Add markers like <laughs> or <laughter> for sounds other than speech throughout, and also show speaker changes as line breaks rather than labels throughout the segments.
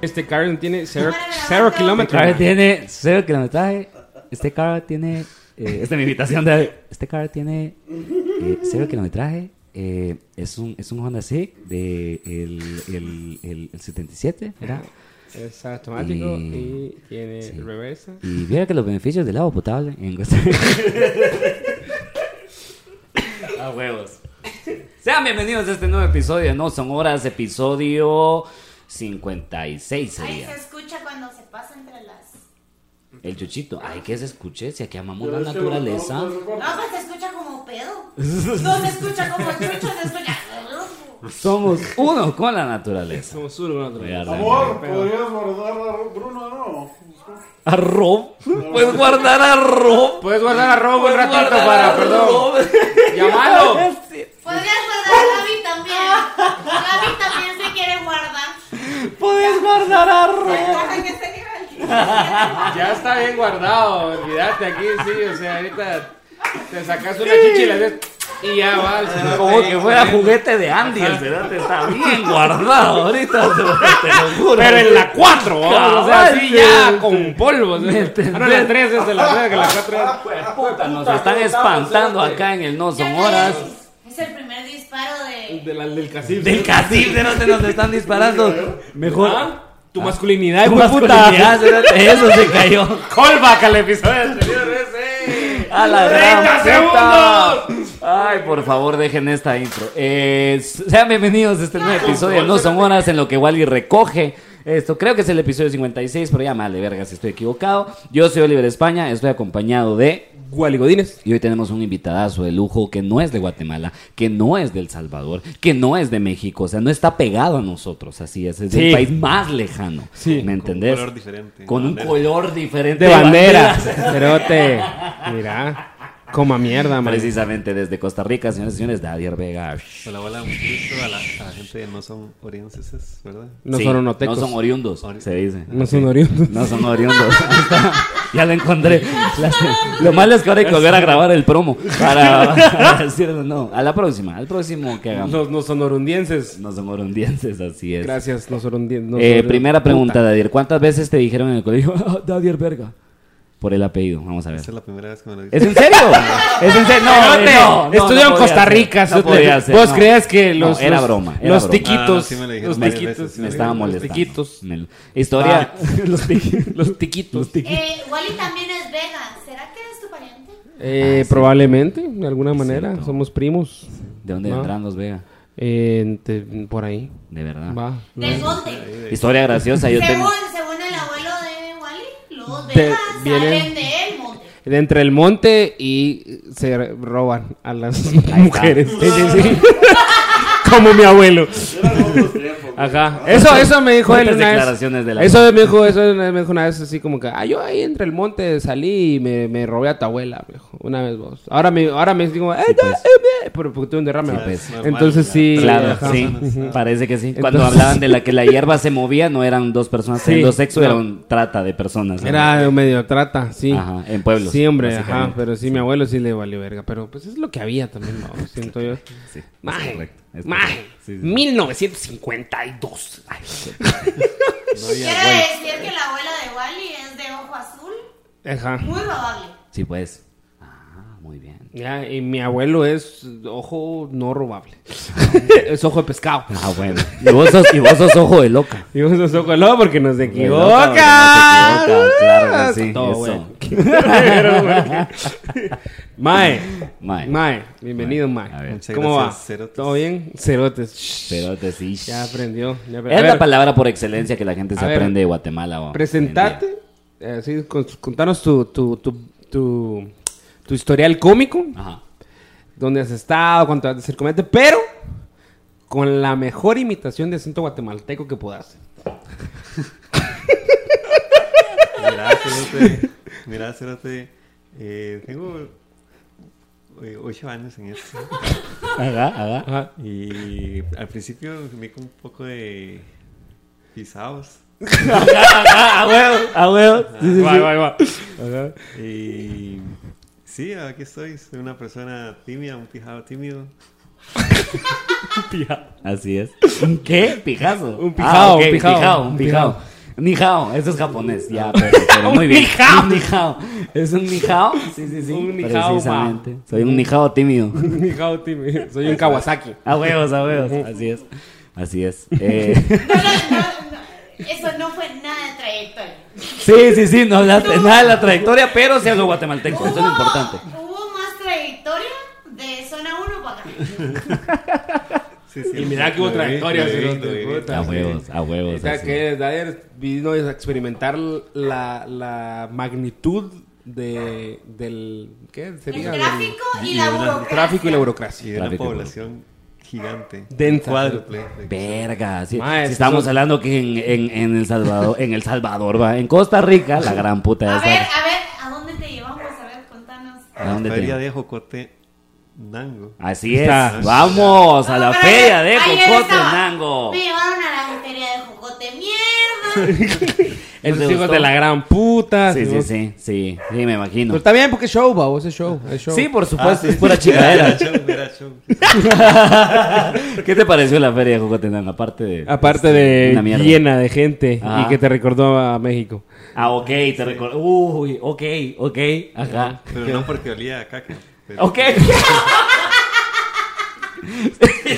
Este Karen tiene cero, cero kilómetros.
Car
ma.
Este tiene cero kilometraje. Este car tiene. eh, esta es mi invitación de. Este car tiene eh, cero kilometraje. Eh, es, un, es un Honda Civic de el, el, el, el 77, ¿verdad?
Es automático y,
Y-
tiene
sí.
reversa.
Y viera que los beneficios del agua potable en Costa <laughs> A huevos. Sean bienvenidos a este nuevo episodio de No Son Horas, episodio 56
Ahí se
sería.
escucha cuando se pasa entre las.
El chuchito. Ay, que se escuche, si aquí amamos
Pero
la
este
naturaleza.
no- no- no-
No, pues se escucha como
<laughs>
pedo. No se escucha como chucho, se escucha.
<laughs>
Somos uno con la naturaleza.
Somos uno con otro.
Real.
Amor, ¿podrías guardar a Ru- Bruno de nuevo?
A Rob. Puedes guardar a Rob.
Puedes guardar a Rob un ratito para, perdón.
<laughs>
Llamalo.
Podrías guardar a Gaby también. Gaby también se quiere guardar.
Puedes guardar a Rob.
Guarda que este nivel.
Ya está bien guardado. Olvídate aquí, sí. O sea, ahorita te sacas una chicha y la haces. Y ya va. el cerote
Como
ahí
que fuera
corriendo.
juguete de Andy, el cerote está bien guardado ahorita, te lo, te lo juro.
Pero en la 4, o sea,
Cabal,
así ya
sí.
con polvo. o sea,
¿Me entendés?
Ahora la 3 es de la 3 que la 4
Puta, nos están espantando acá en el No Son Horas.
Es el primer disparo de.
de la, del cacife.
Del cacife, cerote, nos están disparando. Mejor.
¿Ah? Tu masculinidad,
Tu
hijo de puta.
masculinidad, cerote, Eso se cayó.
Callback al episodio
<laughs>
anterior, ese.
A la
30
gran puta. Ay, por favor, dejen esta intro. Eh, sean bienvenidos a este nuevo episodio. de No son horas en lo que Wally recoge. Esto creo que es el episodio 56, pero ya mal de verga si estoy equivocado. Yo soy Oliver España, estoy acompañado de.
Wally Godínez.
Y hoy tenemos un invitadazo de lujo que no es de Guatemala, que no es del Salvador, que no es de México, o sea, no está pegado a nosotros, así es, es
Sí.
del país más lejano.
Sí.
¿Me entendés?
Con un color diferente.
Con un
Bandera.
color diferente
De bandera.
banderas.
Cerote. Mira. Coma mierda, man.
Precisamente desde Costa Rica, señores y señores, Dadier Vega.
Hola, hola, mucho gusto a la, a la gente que no son orienses, ¿verdad?
No
Sí,
son onotecos.
No son oriundos,
Ori-
se dice.
No son
<laughs>
oriundos.
No son oriundos. Ahí está. ya lo encontré. <laughs> Las- Lo malo es que ahora hay que volver a grabar el promo
<laughs>
para, para decirlo. No, a la próxima, al próximo que hagamos.
No, no son orundienses.
No son orundienses, así es.
Gracias, no son orundienses. no
Eh,
son-
primera pregunta,
Puta.
Dadier. ¿Cuántas veces te dijeron en el colegio <laughs> Dadier Verga? Por el apellido, vamos a ver.
Esa es la primera vez que me lo dicen.
¿Es en
<laughs>
serio? ¿Es en serio? No,
Cerote,
no, no,
estudió
no
en
podía
Costa
ser.
Rica.
No
cerote.
podía ser,
¿Vos
no.
crees que
No,
los.
era
los-
broma, era
los
broma.
tiquitos.
Ah, sí me lo dijeron
los
varias
tiquitos.
veces, sí
Me estaba molestando.
Los tiquitos. Ah.
Me- Historia.
<laughs>
los, ti- <laughs> los tiquitos.
Eh, Wally también es vega. ¿Será que es tu pariente?
Eh,
Ah, sí.
Probablemente, de alguna manera.
Cierto.
Somos primos.
¿De dónde
No.
vendrán los Vega?
Eh, te- por ahí.
De verdad.
Va.
Del monte.
Historia graciosa. Yo tengo.
Según, según el abuelo de Wally, los
De-
vegas
vienen-
salen del monte.
De entre el monte y se roban a <laughs> las
está.
mujeres. Sí, sí, <laughs> sí. Como mi abuelo.
Eran otros tiempos.
Ajá. Eso, eso me dijo él
Fuertes
una
declaraciones
vez.
del
Eso me dijo, eso una vez me dijo una vez así como que, ah, yo ahí entre el monte salí y me, me robé a tu abuela, me dijo, una vez vos. Ahora me, ahora me digo, eh, no,
pues.
eh, eh, pero porque tuve un derrame.
Sí,
¿no?
pues.
Normal,
Entonces sí.
Claro,
ajá.
sí, parece que sí. Cuando
Entonces-
hablaban de la que la hierba se movía, no eran dos personas
Sí,
teniendo sexo,
no.
era un trata de personas. ¿no?
Era medio trata, sí.
Ajá, en pueblos,
Sí, hombre,
básicamente.
ajá, pero sí, mi abuelo sí le valió verga, pero pues es lo que había también,
<laughs>
¿no? siento yo.
Sí, es
Maje,
correcto, es
maje,
correcto. Sí, sí.
1952. Ay,
No había
Quiero
guay.
decir que la abuela de Wally es de ojo azul,
Ajá.
muy probable.
Sí, pues. Ah, muy bien.
Ya, y mi abuelo es ojo no
<laughs>
robable. es ojo de pescado.
Ah, bueno. <laughs> Y vos sos, y vos sos ojo de loca.
Y uno se ojo no, porque nos
De loca,
equivoca.
Pues porque no te equivocas, Claro que sí.
Todo,
eso.
<laughs> Mae.
Mae.
Mae. Bienvenido, Mae.
A ver.
Muchas
¿Cómo
gracias,
va?
cerotes.
¿Todo bien? Cerotes. Shh.
Pero te sí.
Ya aprendió. Ya aprendió.
Es
A
la
ver,
palabra por excelencia que la gente se
A ver,
aprende de Guatemala. o- hoy en
Presentate. eh, Así, con- contanos tu, tu, tu, tu, tu historial cómico.
día. Ajá.
Dónde has estado, cuánto has de ser comediante. Pero con la mejor imitación de acento guatemalteco que puedas.
Mirá, cerote. Mirá, cerote. Eh, tengo eh, ocho años en esto.
Ajá, ajá.
<laughs> Ajá.
Y al principio me con un poco de pisados.
<laughs> Ah, huevo, ah, huevo. Sí, sí,
Va,
sí.
va, va. Ajá.
Y sí, aquí estoy. Soy una persona tímida, un pijado tímido.
Así es. ¿Un qué? Pijazo.
Un pijao,
Ah, ok,
un pijao,
pijao,
un
un
pijao. Ah.
pijao. Ni hao, eso es japonés. Ya, pero, pero
<laughs>
muy bien. Un ni hao. ¿Es un ni hao? Sí, sí, sí.
Un ni hao,
Precisamente. Soy un ni hao tímido.
Soy un Kawasaki.
A huevos, a huevos. Así es. Así es. Eh, <laughs>
No, no, no, no. Eso no fue nada trayectoria.
sí, sí, sí, no hablaste nada de la trayectoria, pero sí algo guatemalteco. Eso es lo
Hubo-
importante.
Hubo más trayectoria de zona 1 para acá.
Sí, sí,
Y mira que hubo
lo vi,
trayectoria,
lo vi,
cerote,
lo vi.
puta.
A huevos, a huevos.
Esta
así.
que Dader vino a experimentar la, la magnitud de, del ¿qué
El
sería? Del
tráfico y la
y la-
burocracia.
tráfico y la
Y
burocracia.
de una
Tráfico.
población gigante.
Densa.
Cuádruple.
Verga, sí.
Mae,
Si estamos
eso-
hablando que en, en, en El Salvador, en El Salvador, va, en Costa Rica, la gran
A
puta ya
ver,
sabes.
a ver, ¿a dónde te llevamos? A ver, contanos.
¿A dónde Ah, te-
Feria de Jocote Nango.
Así es.
Está.
Vamos a la
Pero
feria de
ayer
Cocote
estaba-
Nango.
Me llevaron a la feria de Jocote,
<laughs>
mierda.
¿El
Los
te
hijos
gustó?
de la gran puta.
Sí,
¿no?
sí, sí, sí, sí, me imagino.
Pero está bien porque es show, babos, es show, es show.
Sí, por
Ah,
supuesto,
sí,
es
<laughs>
pura
sí,
chingadera.
Era show, era show.
¿Qué te pareció la feria de Cocote Nango? Aparte de.
Aparte
este,
de
una mierda.
llena de gente
Ajá.
y que te recordó a México.
Ah, ok, te recuerdo. Uy, ok, ok, ajá.
Pero no porque olía a caca. pero-
<laughs> Ok.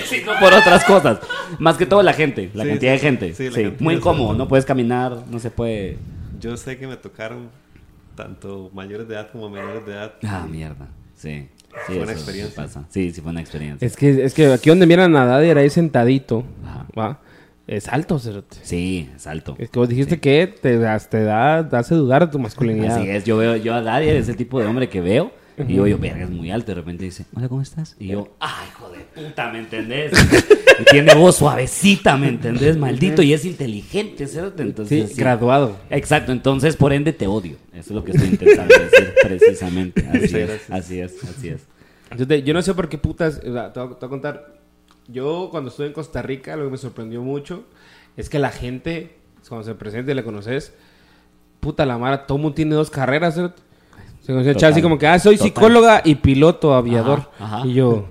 Sino por otras cosas. Más que todo la gente, la
Sí,
cantidad de
sí,
gente.
sí, la
Sí,
cantidad
muy
de
incómodo,
gente.
no puedes caminar, no se puede.
Yo sé que me tocaron tanto mayores de edad como menores de edad.
Ah, mierda. Sí. sí,
Fue una
eso sí
experiencia.
Pasa. Sí, sí, fue una experiencia.
Es que, es que aquí donde miran a Dader ahí sentadito,
Ajá.
va, es alto, cerote.
Sí, salto.
Es que vos dijiste que te, das- te da, te hace dudar de tu masculinidad.
Así es, yo veo, yo a Dadier es el tipo de hombre que veo. Y yo, yo, verga, es muy alto. De repente dice, hola, ¿cómo estás? Y yo, ay, hijo de puta, ¿me entendés? <laughs> y tiene voz suavecita, ¿me entendés? Maldito, y es inteligente, cerote,
Sí,
Entonces, sí.
graduado.
Exacto, entonces por ende te odio. Eso es lo que estoy intentando decir precisamente. Así
Muchas
es,
gracias.
así es, así es.
Yo, te- yo no sé por qué putas, o sea, te, voy a, te voy a contar. Yo cuando estuve en Costa Rica, lo que me sorprendió mucho es que la gente, cuando se presenta y la conoces, puta la mara, todo mundo tiene dos carreras. ¿cierto? Se conoce el
Total.
chaval así como que, ah, soy
Total.
psicóloga y piloto aviador.
Ajá, ajá.
Y yo,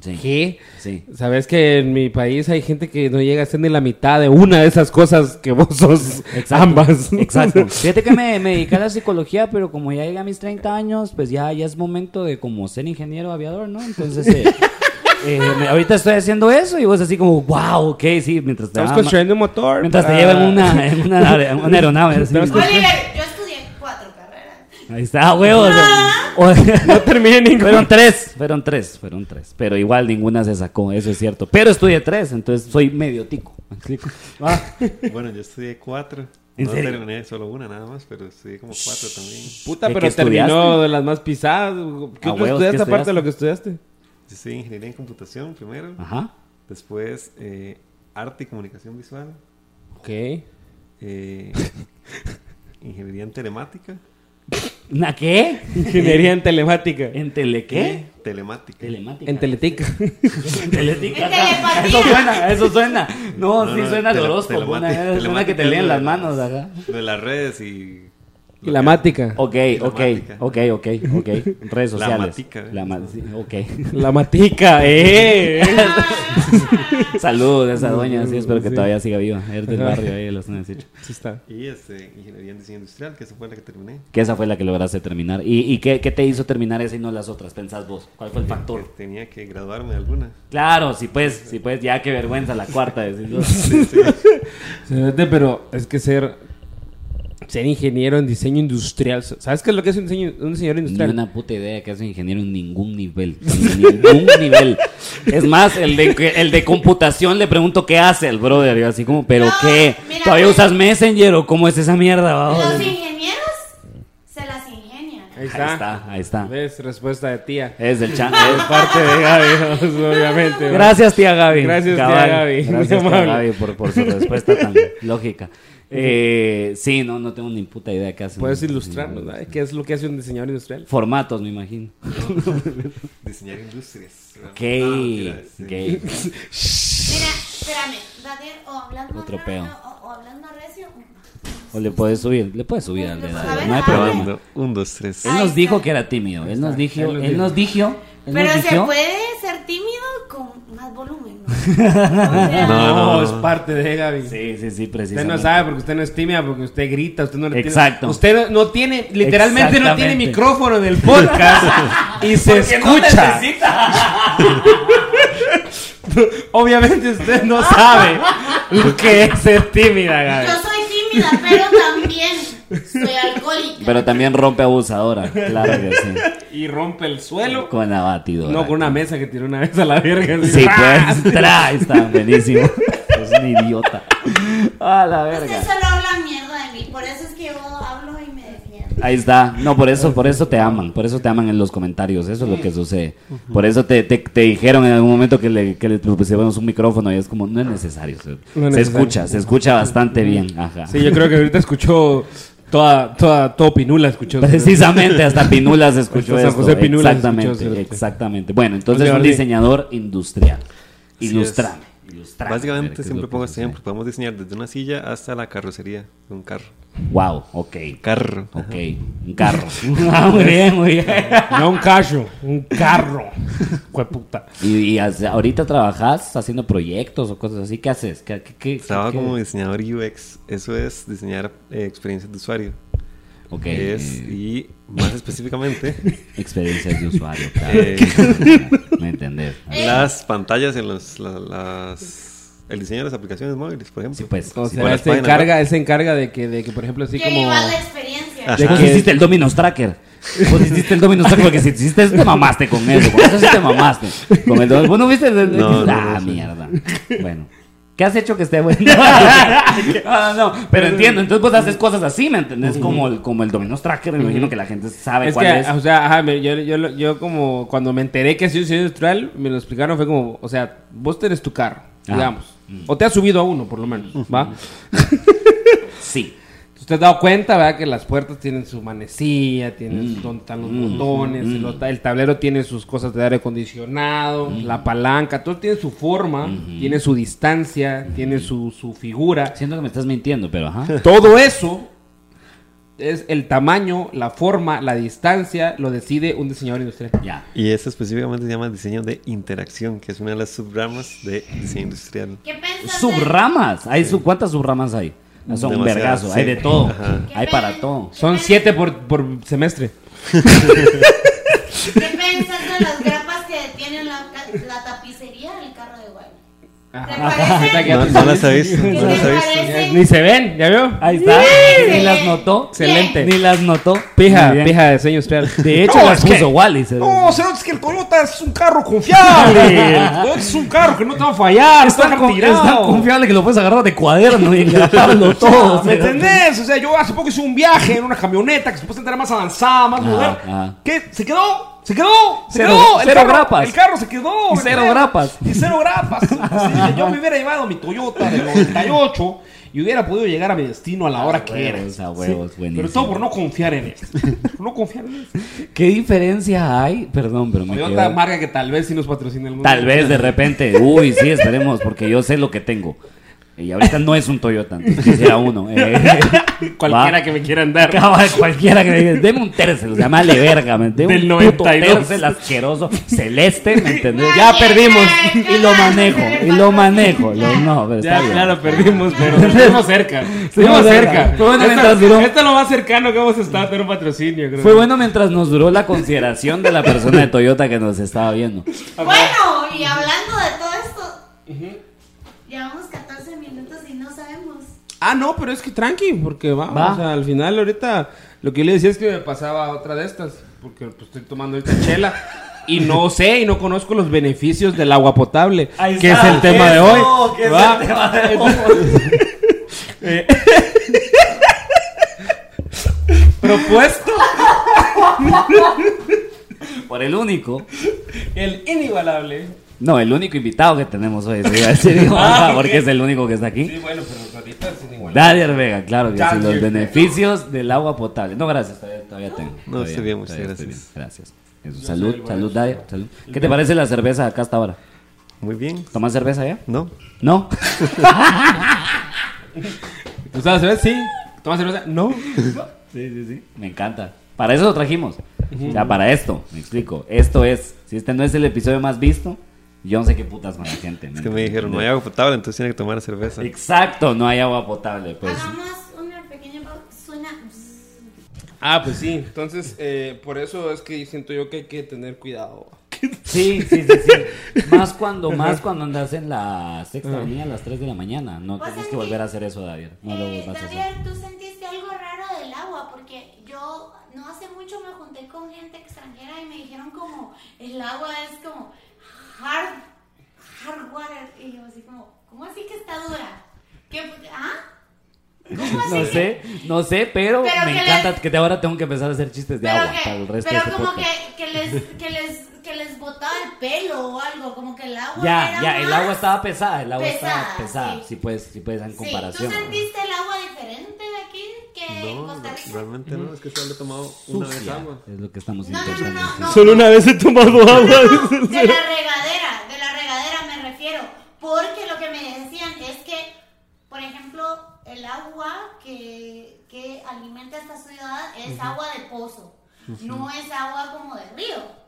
Sí.
¿qué? <laughs>
Sí.
Sabes que en mi país hay gente que no llega a ser ni la mitad de una de esas cosas que vos sos ambas. <laughs>
Exacto. Fíjate que me, me dediqué a la psicología, pero como ya llegué a mis 30 años, pues ya, ya es momento de como ser ingeniero aviador, ¿no? Entonces, eh, eh, me- ahorita estoy haciendo eso y vos así como, wow, ok, sí, mientras te,
Estamos
va-
construyendo un motor.
mientras te
para-
llevan una, en una, aer- una aeronave. así.
Oliver, yo estudié cuatro
<laughs>
carreras.
Ahí está, huevos.
No termine ninguna.
Ah. Fueron tres, fueron tres, fueron tres. Pero igual ninguna se sacó, eso es cierto. Pero estudié tres, entonces soy medio tico. ¿me explico? Ah,
Bueno, yo estudié cuatro.
¿En
no
serio?
terminé solo una nada más, pero estudié como cuatro también.
Puta,
¿De
pero
qué estudiaste?
terminó de las más pisadas. ¿Qué
Ah,
otro
huevos,
estudiaste aparte de
¿qué estudiaste?
lo que estudiaste?
Yo estudié ingeniería en computación primero.
Ajá.
Después eh, arte y comunicación visual.
Ok.
<laughs>
eh, ingeniería en telemática.
¿Una qué?
Ingeniería en telemática.
¿En tele qué?
Telemática.
Telemática.
En teletica.
En teletica.
En telepatía.
Eso suena, eso suena. No,
No,
sí
no,
suena el
tele-
horóscopo.
telemática-
una- Suena que
telemática
te
es
leen
lo de
las manos, ajá.
Lo de las redes y...
Y la mática.
Ok, ok,
Telemática.
ok, ok, ok. Redes
La
sociales.
matica, ¿eh?
La ma- sí, ok.
La matica, eh. <laughs>
Ah,
<laughs> Saludos a esa doña, sí, espero que
Sí.
todavía siga viva. Es del
Ajá.
barrio ahí de los 98.
Sí está.
Y este, ingeniería en diseño industrial, que esa fue la que terminé.
Que esa fue la que lograste terminar. ¿Y, y qué, qué te hizo terminar esa y no las otras? Pensás vos. ¿Cuál fue el
Que
factor?
tenía que graduarme de alguna.
Claro, si pues, si pues, ya qué vergüenza la cuarta.
<laughs>
decís vos.
Cerote, pero es que ser. Ser ingeniero en diseño industrial. ¿Sabes qué es lo que es un, diseño- un diseñador
Ni
industrial?
una puta idea que hace un ingeniero en ningún nivel. En ningún nivel. Es más, el de, el de computación le pregunto qué hace el brother. Yo así como, ¿pero
No,
qué?
mira,
¿Todavía
pues-
usas Messenger o cómo es esa mierda? va?
Los
Ahí
ingenieros se las ingenian.
Ahí
está, ahí está.
¿Ves? Respuesta de tía.
Es el chan.
Es parte de Gaby, <laughs> obviamente. ¿va?
Gracias, tía Gaby.
Gracias, tía
Cabal.
Gaby. Muy
Gracias, tía
amable.
Gaby, por, por su
<laughs>
respuesta tan lógica. Eh, sí, no, no tengo ni puta idea qué hacen.
¿Puedes ilustrarnos? ¿verdad? ¿Qué es lo que hace un diseñador industrial?
Formatos, me imagino.
Diseñar industrias.
Ah,
Ok,
No, mentira, este,
<laughs>
ok.
Mira, espérame, Dader, o hablando
Otro
acá,
peo.
o, o hablando recio.
O le puedes subir, le puedes subir al de
Pues, A ver,
No hay
a
problema.
Probando. Un, dos, tres.
Él
Ahí
nos
está.
dijo que era tímido. Él nos dijo,
Él nos
él nos dijo, él
Pero
nos
se
dijo.
puede ser tímido con más volumen. ¿no? O sea,
No, no, no.
es parte de Gaby.
Sí, sí, sí,
Usted
precisamente.
no sabe porque usted no es tímida, porque usted grita, usted no le tiene-
Exacto.
Usted no, no tiene, literalmente no tiene
Exactamente.
micrófono en el podcast
<laughs>
Ah.
y se
Porque no
escucha.
necesita.
Obviamente usted no
<laughs>
sabe lo que es ser tímida, Gaby.
yo soy tímida, pero también soy alcohólica.
Pero también rompe abusadora. Claro
<laughs>
que sí.
Y rompe el suelo.
Con la batidora.
No, con una mesa que tiró una vez a la verga. así.
Sí,
¡Ah!
pues. tra, Está buenísimo. Es un idiota. A la verga.
Usted solo habla mierda de mí, por eso es que yo hablo y me defiendo.
Ahí está. No, por eso, por eso te aman. Por eso te aman en los comentarios. Eso es lo que sucede. Por eso te, te- te dijeron en algún momento que le, que le pusiéramos un micrófono y es como, no es necesario. Se,
No es
se
necesario.
escucha, se escucha bastante bien.
<laughs>
Ajá.
Sí, yo creo que ahorita escuchó toda, toda, todo Pinula escuchó.
Pues Precisamente, hasta Pinulas escuchó
Hasta San
esto.
José Pinulas
exactamente,
escuchó, Pues, cerote.
exactamente. Bueno, entonces
Oye,
un
oye.
diseñador industrial.
Así es.
Ilustrame. ilustrame. Ver, ¿qué
Básicamente
es
siempre
lo que
pongo este
sucede?
siempre podemos diseñar desde una silla hasta la carrocería de un carro.
Wow, ok.
Carro. ajá.
Ok, un
<laughs>
carro. <laughs> Ah, muy bien, muy bien.
No un cacho, un carro. <laughs> Jueputa.
Y, y hace- ahorita trabajas haciendo proyectos o cosas así. ¿Qué haces? ¿Qué, qué- qué-
Trabajo
qué-
como diseñador UX, eso es diseñar eh, experiencias de usuario.
Ok,
Es,
eh,
y más específicamente,
<laughs> experiencias de
<laughs>
usuario, claro.
Eh.
<laughs> ¿Me entendés?
las pantallas en los, la- las, el diseño de las aplicaciones móviles, por ejemplo.
Sí, pues.
O
sí,
sea,
Con
él
las
se
páginas
encarga, él se encarga de que, de que, por ejemplo, así
Yo
como...
igual la experiencia.
Ajá.
Vos hiciste el Domino's Tracker. Vos hiciste el Domino's Tracker porque si hiciste eso te mamaste con eso. Con eso sí te mamaste. Con el Domino's. ¿Vos no viste el, el-
No, no,
ah,
no, sí.
mierda. Bueno. ¿Qué has hecho que esté bueno? <laughs> no, no, no. Pero entiendo. Entonces vos haces cosas así, ¿me entendés? Como el, como el Domino's Tracker. Me imagino que la gente sabe
Es
cuál
que, ah,
es.
o sea, ajá, me- yo, yo, yo como cuando me enteré que es diseño industrial, me lo explicaron, fue como, o sea, vos tenés tu carro,
Ajá. Mm.
digamos. O te has subido a uno, por lo menos, ¿va?
Sí.
Usted ha dado cuenta, ¿verdad? Que las puertas tienen su manecilla, tienen
Mm.
donde están los botones, el, ta- el tablero tiene sus cosas de aire acondicionado,
Mm.
la palanca, todo tiene su forma,
Mm-hmm.
tiene su distancia, tiene su, su
<laughs>
figura.
Siento que me estás mintiendo, pero ajá.
<laughs>
Todo eso es el tamaño, la forma, la distancia, lo decide un diseñador industrial.
Ya.
Y eso específicamente se llama diseño de interacción, que es una de las subramas de diseño industrial.
¿Qué pensás? de-
Subramas. Hay su, ¿Cuántas subramas hay? Ah, Son un
Demasiadas,
vergazo.
sí.
Hay de todo.
Ajá.
¿Qué
Hay
pen-
para todo.
Son siete por, por semestre.
¿Qué pensás de las grapas que detienen la, la tapicería del carro de Wally? ¿Te parece?
No, no las he visto,
¿Qué
no las
te
he visto.
parece?
Ni se ven, ¿ya vio?
Ahí está.
Sí.
Ni las notó.
Excelente.
Ni las notó.
Pija,
Muy bien.
pija de diseño industrial. <laughs>
De hecho,
No,
las
es que-
puso Wally. se-
Cerote, es que el Colota es un carro confiable. El Colota es un carro que no te va a fallar.
Es tan, con- es tan confiable que lo puedes agarrar de cuaderno
<laughs>
y engrafarlo todo. <laughs> o sea,
O sea, yo hace poco hice un viaje en una camioneta que supuestamente era más avanzada, más
ajá.
¿Qué? ¿Se quedó? ¿Se quedó?
Ah, Cero- cero grapas.
carro se quedó.
Y
¿me
cero
entiendes?
grapas.
Y cero
<laughs>
grapas. Sí, yo me hubiera llevado mi Toyota del 98 y hubiera podido llegar a mi destino a la hora que era.
huevos, a huevos, buenísimo.
Pero todo por no confiar en
<laughs>
esto. Por no confiar en esto.
¿Qué diferencia hay? Perdón, pero me
Toyota,
quedo.
marca que tal vez sí nos patrocina algún
Tal
día.
vez de repente. Uy, sí, esperemos, porque yo sé lo que tengo. Y ahorita no es un Toyota, antes quisiera uno. eh.
<laughs> Cualquiera
Va.
que me quiera
<laughs>
andar.
Cabal, cualquiera que me diga, deme un tercel, llamale verga, me deme
Del
un puto
92.
tercel asqueroso, celeste, ¿me
<laughs>
entendés?
Ya perdimos.
Y lo manejo, y lo manejo. lo- no, pero está
Ya,
bien.
claro, perdimos, pero estuvimos cerca. Estuvimos
cerca.
cerca.
Fue bueno
Esta-
mientras duró.
Esto es lo más cercano que hemos estado a tener un patrocinio, creo.
Fue bueno mientras nos duró la consideración de la persona de Toyota que nos estaba viendo.
Bueno, y hablando de todo esto, llevamos 14 minutos y no sabemos.
Ah, no, pero es que tranqui, porque va,
Va.
o sea, al final ahorita lo que yo le decía es que me pasaba otra de estas, porque pues, estoy tomando ahorita chela y no sé y no conozco los beneficios del agua potable,
Ahí
que
está,
es el tema de hoy.
eso, que es
¿va?
el tema de
Eh, <laughs> Propuesto
Por el único,
el inigualable.
no, el único invitado que tenemos hoy, se iba a
<laughs>
decir, digo,
Ah,
porque
ok.
es el único que está aquí.
bueno, pero ahorita es inigualable.
Daniel Vega, claro que sí,
Daniel
los
Vega.
beneficios del agua potable. No, gracias, todavía, todavía tengo.
No,
todavía,
estoy bien, muchas
todavía estoy
gracias.
bien, Gracias. Eso, salud, salud, Daniel, salud. ¿Qué te parece la cerveza acá hasta ahora?
Muy bien,
¿Tomas cerveza ya?
¿no?
No. <laughs>
¿Usted cerveza? Sí. ¿Toma cerveza? No.
Sí, sí, sí. Me encanta. Para eso lo trajimos. O sea, para esto, me explico. Esto es, si este no es el episodio más visto, Yo no sé qué putas mala gente.
Es que me dijeron, no hay agua potable, entonces tiene que tomar cerveza.
Exacto, no hay agua potable. Pues
Hagamos una pequeña pausa. Suena. bzz.
Ah, pues sí. Entonces, eh, por eso es que siento yo que hay que tener cuidado.
sí, sí, sí, sí. Más cuando, más cuando andas en la
Ah.
sexta avenida a las 3 de la mañana. No
Pues
tienes
es
que
que-
volver a hacer eso, David. No lo
Eh,
vas a hacer.
Javier, tú sentiste algo raro del agua porque yo no hace mucho me junté con gente extranjera y me dijeron como el agua es como hard, hard water y yo así como ¿cómo así que está dura? ¿Qué, ¿Ah? ¿Cómo así
<laughs> No
que-
sé, no sé, pero,
Pero
me
que
encanta
les-
que de ahora tengo que empezar a hacer chistes de
pero
agua
que-
para el resto
pero
de este
como que,
podcast.
que les que les que les botaba el pelo o algo como que el agua
Ya,
era
ya, el
más-
agua estaba pesada, el agua estaba
pesada,
pesada.
sí.
Sí, puedes, sí puedes en
Sí,
comparación.
¿Tú sentiste el agua diferente de aquí que en
No,
Costa Rica?
realmente no, es que solo he tomado una vez
Sucia,
agua.
es lo que estamos
No, no, no,
intentando
no,
decir.
no.
Solo una vez he tomado
No,
agua.
no, de la regadera, de la regadera me refiero. Porque lo que me decían es que, por ejemplo, el agua que, que alimenta esta ciudad es agua de pozo,
Pues
no es agua como de río.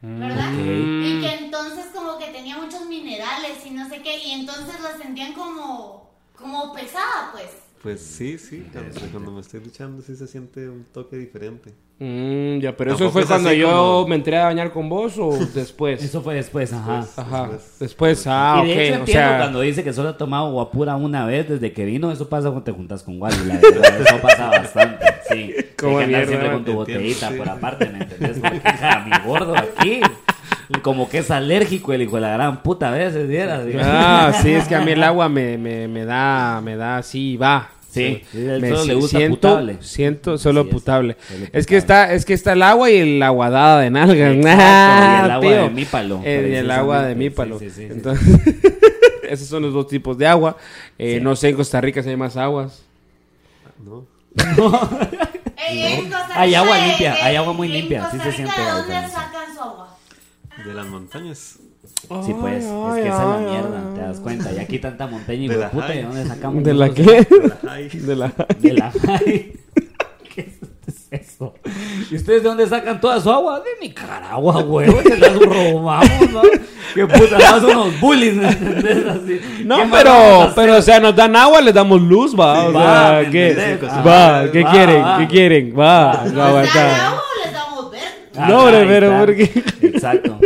Mm,
¿Verdad? Y que entonces como que tenía muchos minerales y no sé qué, y entonces la sentían como, como pesada, pues.
<laughs>
Pues sí, sí, cuando, cuando me estoy duchando sí se siente un toque diferente.
Mm, ya, pero
Tampoco
eso fue
es
cuando
así
yo
como-
me entré a bañar con vos
<laughs>
o después. Ah,
Eso fue después, ajá.
Ajá.
Después.
Después, ah,
y de hecho
ok. O
entiendo
sea,
cuando dice que solo ha tomado agua pura una vez desde que vino. Eso pasa cuando te juntas con Wally, la
<laughs>
verdad. Eso pasa bastante, sí.
Como
Hay que
mierda,
andar siempre con tu
entiendo,
botellita
sí.
por aparte, ¿me entendés? Porque, ja, mi gordo aquí, como que es alérgico el hijo de la gran puta a veces, ¿vieras?
Ah, <laughs> sí, es que a mí
<laughs>
el agua me, me, me da, me da, sí, va.
Sí, sí, a él
Me
solo le gusta
siento,
putable.
Siento solo
Así es,
putable.
solo
Es que
putable.
está, es que está el agua y el aguadada de nalga. <laughs>
Exacto,
Ah,
y el agua de
tío.
mípalo,
Eh, y el
precisamente.
agua de mípalo.
Sí, sí, sí, sí.
Entonces, <laughs> esos son los dos tipos de agua. Eh, No sé en Costa Rica si hay más aguas.
¿no?
Ey, en Costa Rica,
Hay agua
eh,
limpia,
eh,
hay agua muy
en
limpia, sí
Costa
se
Rica,
siente
¿De
la
dónde
diferencia.
sacan su agua?
De
<laughs>
las montañas.
Sí, pues, es que esa es la mierda, te das cuenta. Y aquí tanta montaña y
De
de
la
puta, ¿de
high.
dónde sacamos?
¿De la
nosotros?
qué?
Ay,
<laughs> De
<laughs>
la...
De la high. ¿Qué es eso? ¿Y ustedes de dónde sacan toda su agua? De Nicaragua, huevo, se las robamos, ¿no? Qué puta, más unos bullies, ¿me entendés? Así.
No,
¿Qué más vamos
pero,
a
pero, o sea, nos dan agua, les damos luz, va.
Sí,
o
va,
sea,
¿me
¿qué,
entendés?
va,
Ah,
¿qué
va,
quieren?
va.
¿Qué quieren? Va,
¿Nos
va,
¿Les
aguantar.
dan agua o les damos verde?
Ah,
No, hombre,
ahí
pero
está.
¿por qué?
Exacto.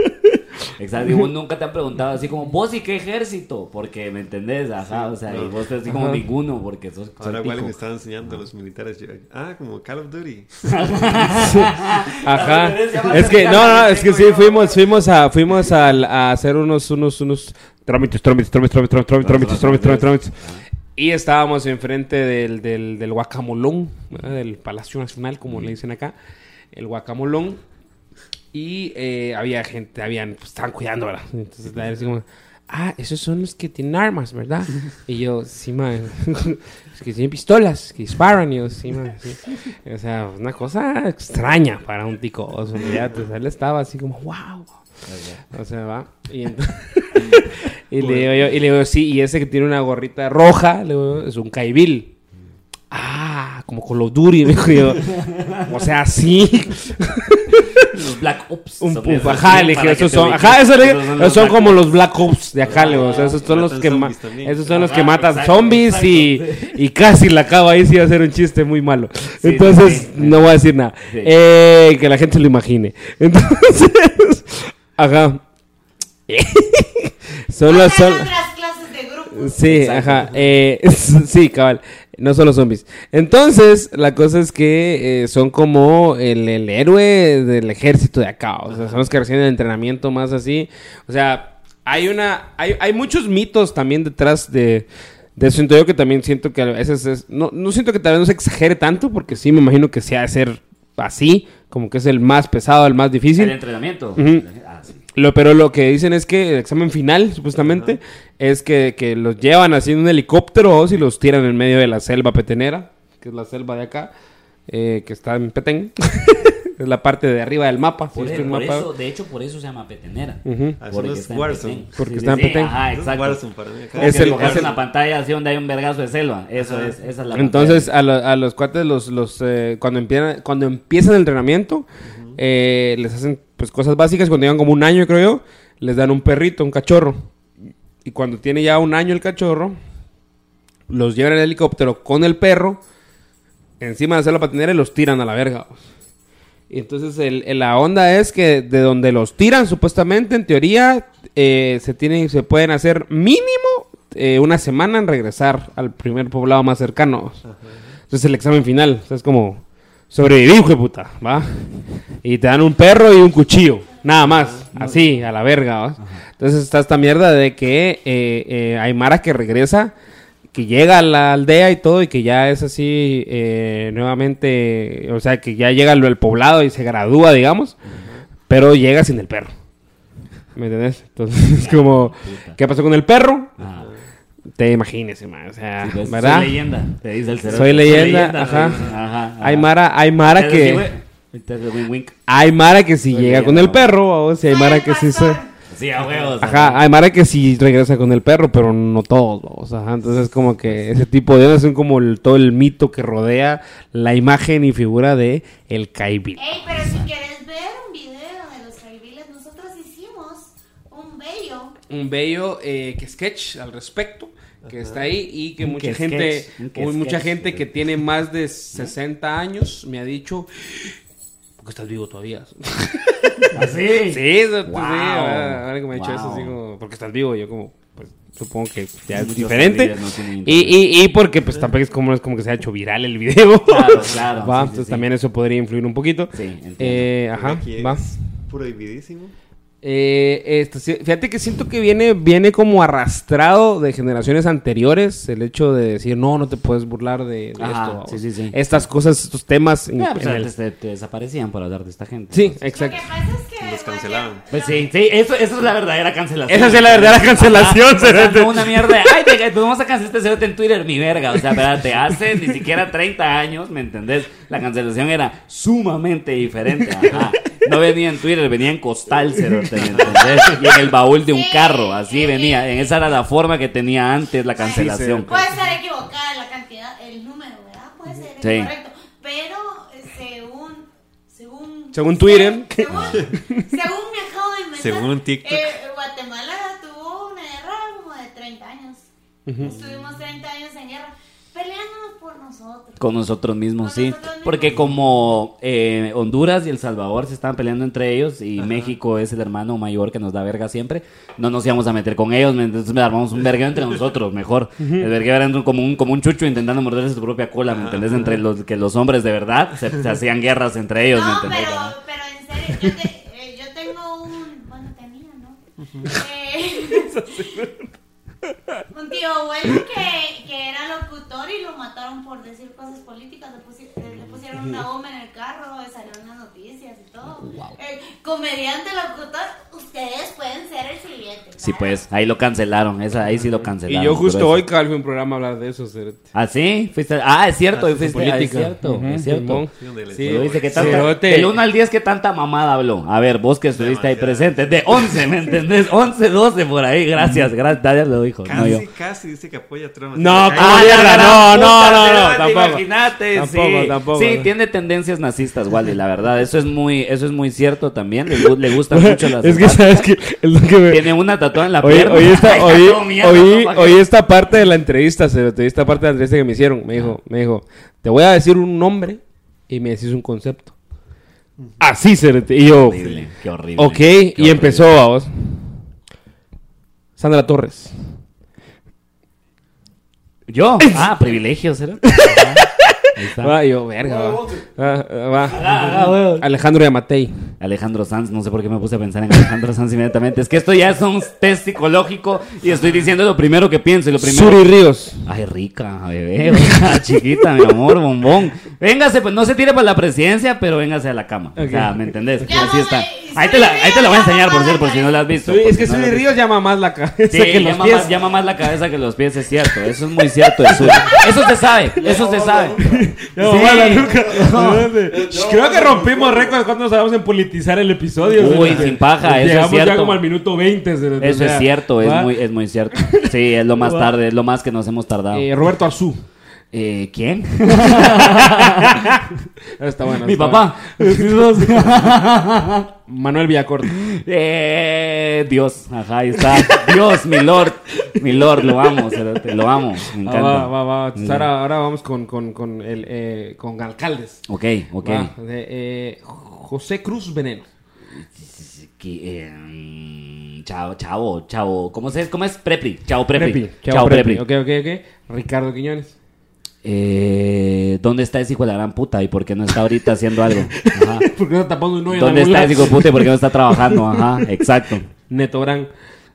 Exacto.
<laughs>
Y vos nunca te han preguntado así como, ¿vos y qué ejército? Porque, ¿me entendés? Ajá, o sea, y vos te así como ninguno, porque sos. sos
Ahora igual
pico.
me estaban enseñando los militares. yo- Ah, como Call of Duty.
Ajá.
Las mujeres ya
Es que
van
no, no,
a
es que sí
yo.
fuimos fuimos a fuimos al- a, hacer unos unos unos trámites, trámites, trámites, trámites, trámites, trámites, trámites, trámites, trámites. Y estábamos enfrente del del del guacamolón, ¿verdad? del Palacio Nacional, como le dicen acá, el guacamolón. Y eh, había gente, habían pues, estaban cuidando, ¿verdad? Entonces era así como, ah, esos son los que tienen armas, ¿verdad? Y yo, sí, man, <laughs> es que tienen pistolas, que disparan, y yo, sí, man, sí". O sea, una cosa extraña para un tico. O sea, ya, pues, él estaba así como, wow. O sea, va. Y, ent- <laughs> y le digo yo, y le digo, sí, y ese que tiene una gorrita roja, le digo, es un caibil. Ah, como Call of Duty, me dijo yo. O sea, sí.
Los Black Ops.
Un,
son
un-
esos,
ajá,
sí,
le dije,
para que
esos
te
son,
ubiques.
ajá, eso le-
Esos
esos son,
son los Black
como los Black Ops de acá, le digo, o sea, esos son
Matan
los que ma-
zombies también.
esos son los
Ajá,
que matan
exacto,
zombies y, y casi la acabo ahí sí iba a ser un chiste muy malo.
sí,
Entonces,
sí.
no voy a decir nada.
Sí.
Eh, que la gente se lo imagine. <laughs> Entonces, ajá. <laughs> solo,
Hagan
solo,
otras clases de grupo.
Sí,
Exacto.
ajá. eh, <laughs> sí, cabal. No solo zombies. Entonces, la cosa es que eh, son como el, el héroe del ejército de acá. O sea, son los que reciben el entrenamiento más así. O sea, hay una. Hay, hay muchos mitos también detrás de. De eso siento yo que también siento que a veces es. No, no siento que tal vez no se exagere tanto, porque sí me imagino que sea de ser así. Como que es el más pesado, el más
El
difícil.
entrenamiento. Ah, sí.
Lo, pero lo que dicen es que el examen final, supuestamente, es que, que los llevan así en un helicóptero o si los tiran en medio de la selva petenera, que es la selva de acá, eh, que está en Petén. <laughs> es la parte de arriba del mapa. si
Por, e-
es que
por
el mapa-
eso, de hecho, por eso se llama petenera.
Ah, eso no es Warzone.
Porque está en Petén.
Ajá,
Eso es
Ah, exacto.
Warzone para mí. acá.
Es
Es
el-
el,
es el-
una pantalla así donde hay un vergazo de selva. Eso es, esa es la
Entonces, a, lo- a los cuates, los, los, eh, cuando, empiezan, cuando empiezan el entrenamiento, eh, les hacen pues, cosas básicas. Cuando llevan como un año, creo yo, les dan un perrito, un cachorro. Y cuando tiene ya un año el cachorro, los llevan en el helicóptero con el perro, encima de hacer la patinera y los tiran a la verga. vos. Y entonces el- el- la onda es que de donde los tiran, supuestamente, en teoría, eh, se, tienen, se pueden hacer mínimo eh, una semana en regresar al primer poblado más cercano. vos. Entonces el examen final, o sea, es como sobrevivir, hijo de puta, ¿va? Y te dan un perro y un cuchillo, nada más, así, a la verga, ¿va? Entonces está esta mierda de que eh, eh, hay Mara que regresa, que llega a la aldea y todo, y que ya es así eh, nuevamente, o sea, que ya llega al al poblado y se gradúa, digamos, pero llega sin el perro. ¿Me entendés? Entonces <laughs> es como, ¿qué pasó con el perro?
Ah,
Te imagines, man, o sea,
sí, pues,
¿verdad?
Soy leyenda, te dice el cerote.
Soy leyenda, ajá.
te dice. ajá.
Hay Mara, hay Mara
Te
que...
dice, güey, te hace wink, wink.
Hay Mara que si
Estoy
llega
leyendo.
con el perro, o si hay
Soy
Mara
el
que si se...
pastor.
Sí, a huevos.
Ajá, hay Mara que si regresa con el perro, pero no todos, o sea, ajá, entonces como que ese tipo de cosas son como el- todo el mito que rodea la imagen y figura de el Caibil.
Ey, pero si quieres ver un video de los caibiles, nosotros hicimos un bello.
Un bello eh, que sketch al respecto, que está ahí y que
Un
mucha
que
gente,
sketch, un que
muy- mucha
sketch.
gente que tiene más de 60 años me ha dicho, porque estás vivo todavía.
Así.
Sí, eso, pues,
Wow.
sí, ahora, ahora que me ha dicho eso,
Wow.
así como, porque estás vivo, yo como, pues, supongo que ya es
Muchos
diferente.
familiares no tienen
y, y, y porque, pues, tampoco es como, es como que se ha hecho viral el video.
<laughs> Claro, claro,
Va,
sí, sí,
entonces
sí.
también eso podría influir un poquito.
Sí, entiendo.
Eh, ajá,
Aquí
va.
es prohibidísimo.
Eh, esto, sí, fíjate que siento que viene, viene como arrastrado de generaciones anteriores el hecho de decir, no, no te puedes burlar de, de
Ajá,
esto. vamos".
sí, sí, sí.
Estas cosas, estos temas. en-
Ah, pues
en el-
antes te, te desaparecían por hablar de esta gente.
Sí,
Entonces,
exacto.
Lo que pasa es que.
Los cancelaban.
Pues sí, sí, eso, eso es la verdadera cancelación.
Esa sí es la
<laughs>
verdadera cancelación,
O sea,
cerote.
no una mierda. de, Ay, te, te vamos a cancelar este cerote en Twitter, mi verga. O sea, ¿verdad? te hace ni siquiera 30 años, ¿me entendés? La cancelación era sumamente diferente. Ajá. No venía en Twitter, venía en costal, cerote, ¿me entendés? Y en el baúl de un carro, así venía. En esa era la forma que tenía antes la cancelación.
Puede estar equivocada la cantidad, el número, ¿verdad? Puede ser
Sí.
incorrecto. Pero eh, según. Según,
Según Twitter.
<laughs> Según, según me acabo de inventar.
Según TikTok.
eh, Guatemala tuvo una guerra como de 30 años. Estuvimos 30 años en guerra. Peleándonos por nosotros.
Con nosotros mismos,
Con
sí.
nosotros mismos.
Porque como eh, Honduras y El Salvador se estaban peleando entre ellos y México es el hermano mayor que nos da verga siempre, no nos íbamos a meter con ellos, ¿me entiendes? entonces armamos un vergueo entre nosotros, mejor. El vergueo era entre- como un, como un chucho intentando morderse su propia cola, ¿me entendés? Entre los que los hombres de verdad se,
<laughs>
se hacían guerras entre ellos, ¿me
No,
entendés?
pero,
¿verdad?
pero en serio, yo, te- eh, yo tengo un. Bueno, tenía, ¿no? Eh, un tío abuelo que, que era locutor y lo mataron por decir cosas políticas. Le, pusi- eh, le pusieron una bomba en el carro, eh, salieron las noticias y todo. El comediante locutor, ustedes pueden ser el siguiente.
Sí,
claro.
pues, ahí lo cancelaron, esa, ahí sí lo cancelaron.
Y yo justo
grueso.
hoy calvo un programa a hablar de eso, Cerote.
¿Ah, sí? Fuiste- ah, es cierto, hoy fuiste, ah, es
política.
cierto, es cierto.
Simón.
Sí, donde les-
Sí,
Pero dice que tanta-
Cerote.
del 1 al 10, ¿qué tanta mamada habló? A ver, vos que estuviste ahí presente. De 11, ¿me entendés? 11, 12 por ahí. Gracias, gracias. Daniel lo dijo. no
Casi,
yo. Ah,
casi dice que apoya a Trump.
No,
Así que-
¿cómo?
¡Ay!
la
Ah, mierda,
gran
no,
puta,
no, no, no,
Cerote,
tampoco.
Imagínate,
Tampoco,
sí.
tampoco.
Sí, tiene tendencias nazistas, Wally, la verdad. Eso es muy, eso es muy cierto también. Le, gu- le
<laughs>
gustan mucho las.
es que sabes que es lo que me...
Tiene una tatuada en la
Oí,
pierna.
oí
<laughs>
esta,
Ay,
oí-
no, mierda,
oí-
no, pa'
oí
qué.
esta parte de la entrevista, Cerote, oí esta parte de la entrevista que me hicieron. Me dijo, me dijo, te voy a decir un nombre y me decís un concepto. Así, Cerote. Y yo,
Horrible, qué horrible.
ok,
Qué
y
horrible.
empezó, vamos. Sandra Torres.
Yo.
<laughs>
Ah, privilegio, Cerote. Ah, ahí está.
Va, y yo, verga, va. Ah, ah, va.
Ah, ah, huevo.
Alejandro Yamatei.
Alejandro Sanz, no sé por qué me puse a pensar en Alejandro Sanz inmediatamente. Es que esto ya es un test psicológico y estoy diciendo lo primero que pienso y lo primero.
Suri Ríos.
Ay, rica, bebé, rica, <laughs> chiquita, mi amor, bombón. Véngase, pues no se tire para la presidencia, pero véngase a la cama. O sea, ¿me entendés?
Ya,
Así está.
mamá, y
Ahí te, la,
Suri
ahí te la voy a
Ríos,
enseñar, por
mamá,
cierto, por si no la has visto.
Suri-
por
es
si
que
no la
Suri
has visto.
Ríos llama más la <laughs> cabeza
Sí,
que los
llama,
pies.
más, llama más la cabeza que los pies, es cierto. Eso es muy cierto de Suri. Eso se sabe, eso se sabe.
No,
Sí.
mala, Luca.
Eh, No.
Shh, Creo que rompimos récord cuando nos sabemos en politizar el episodio.
Uy,
Cerote.
sin paja, eso es
Llegamos ya
cierto.
como al minuto 20. Cerote,
Eso
o
es
sea,
cierto, es
¿va?
muy, es muy cierto. Sí, es lo más
Va.
tarde, es lo más que nos hemos tardado.
Eh, Roberto Azú.
Eh,
<laughs>
¿Quién? <laughs>
Está bueno.
Mi
<laughs> está
papá.
bueno. Manuel Villacorta.
Eh, Dios, ajá, ahí está. Dios, mi lord, mi lord, lo amo, cerote, lo amo, me
Ah,
encanta.
va, va, va.
Mm.
Sara, ahora vamos con, con, con, el, eh, con alcaldes.
Ok, ok.
Va, de, eh, José Cruz Veneno.
Que, eh, mm, chao, chavo, chavo. ¿Cómo, se, ¿Cómo es? Prepri. Chao, Prepri.
Chao, Prepri. Ok, ok, ok. Ricardo Quiñones.
Eh, ¿Dónde está ese hijo de la gran puta? ¿Y por qué no está ahorita haciendo
<laughs>
algo? Ajá.
¿Por qué no tapando un hoyo en
Ah. ¿Dónde
algún
está
lado?
ese hijo de puta y por qué
<laughs>
no está trabajando? Ajá, exacto.
Neto Gran.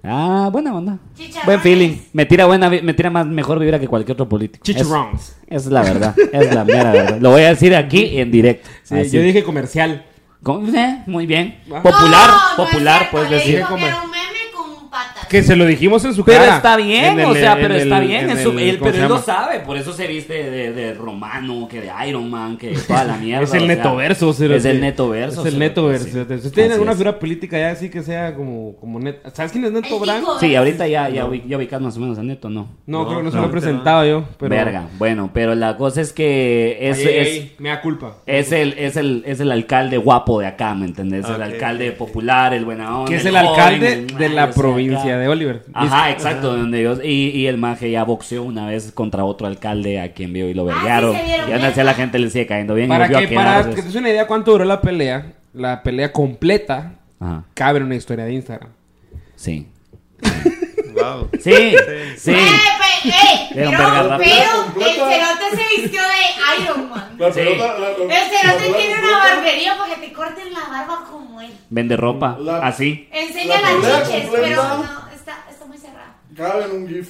Ah, buena onda.
Chicharrones.
Buen feeling. Me tira buena, vi- me tira más mejor vibra que cualquier otro político. Es-
Chicharrones.
Es, la verdad, es la mera verdad. Lo voy a decir aquí en directo.
Sí,
Así.
yo dije comercial.
Con- eh, muy bien.
Ah.
Popular,
No, no es
popular,
cierto,
puedes
le
decir.
dijo que
Comer.
era un meme con patas.
Que se lo dijimos en su
Pero
cara.
está bien,
En el-
o sea,
en
pero
el-
está bien.
en
es su-
el-
él-
¿cómo
pero
se
él lo
llama?
sabe, por eso se viste de, de romano, que de Iron Man,
<laughs>
que de toda la mierda.
Es el
o sea,
neto verso,
Es el neto verso.
Es el neto verso. Si
ustedes
tienen alguna figura política ya así que sea como, como neto. ¿Sabes quién es Neto
El
Gran?
tico.
Sí, ahorita ya, ya, ubi- ya ubicas más o menos al neto, ¿no?
No, creo que no se
no,
lo he
ahorita
presentado yo. Pero...
Verga, bueno, pero la cosa es que es,
Ay, ay,
es-
ay, me da culpa.
es el, es, el, es el alcalde guapo de acá, ¿me entendés? El
Ok.
alcalde popular, el buena onda.
Que es el
joven,
alcalde
el-
de
ay,
la
o sea,
provincia
acá.
de Oliver.
Ajá, exacto, donde Dios. Y, y el maje ya boxeó una vez contra otro alcalde a quien vio y lo
Ah, sí,
verguearon.
se vieron
y aún así a la gente le sigue cayendo bien. y
Para
los vio
que,
a
para
quedarse.
que te des una idea cuánto duró la pelea, la pelea completa
Ajá,
cabe en una historia de Instagram.
<laughs>
sí.
Wow.
Sí, sí.
Eh, pues, eh, pero,
Era un verga
rápido.
pero el cerote se vistió de Iron Man.
La
Sí.
pelota, la,
El
la- la
cerote
pelota
tiene una
completa-
barbería porque te corten la barba como él.
Vende ropa,
La-
así.
Enseña
La
las
pelea
chiches,
completa.
pero no, está, está muy cerrado.
Cabe en un GIF.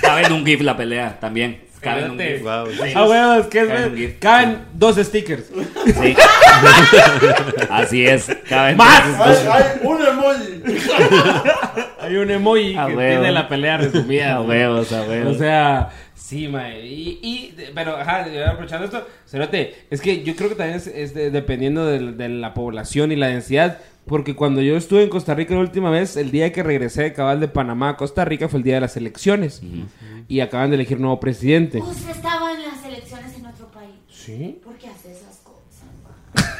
Cabe en un GIF la pelea también. Cabe en un
Espérate.
GIF.
Wow.
Sí.
Ah, huevos, que
Cabe un GIF.
es. Caben dos stickers.
Sí. <laughs> Así es. Cabe en
Más.
Hay, hay un emoji.
Hay un emoji
Ah,
que
huevo.
tiene la pelea resumida.
A huevos, a
O
huevos.
sea, sí, mae. Y, y- de- pero, ajá, de- aprovechando esto, Cerote, es que yo creo que también es, es de- dependiendo del- de, la población y la densidad. Porque cuando yo estuve en Costa Rica la última vez, el día que regresé de cabal de Panamá a Costa Rica fue el día de las elecciones. Y acaban de elegir nuevo presidente.
Usted estaba en las elecciones en otro país.
Sí.
¿Por qué hace esas cosas?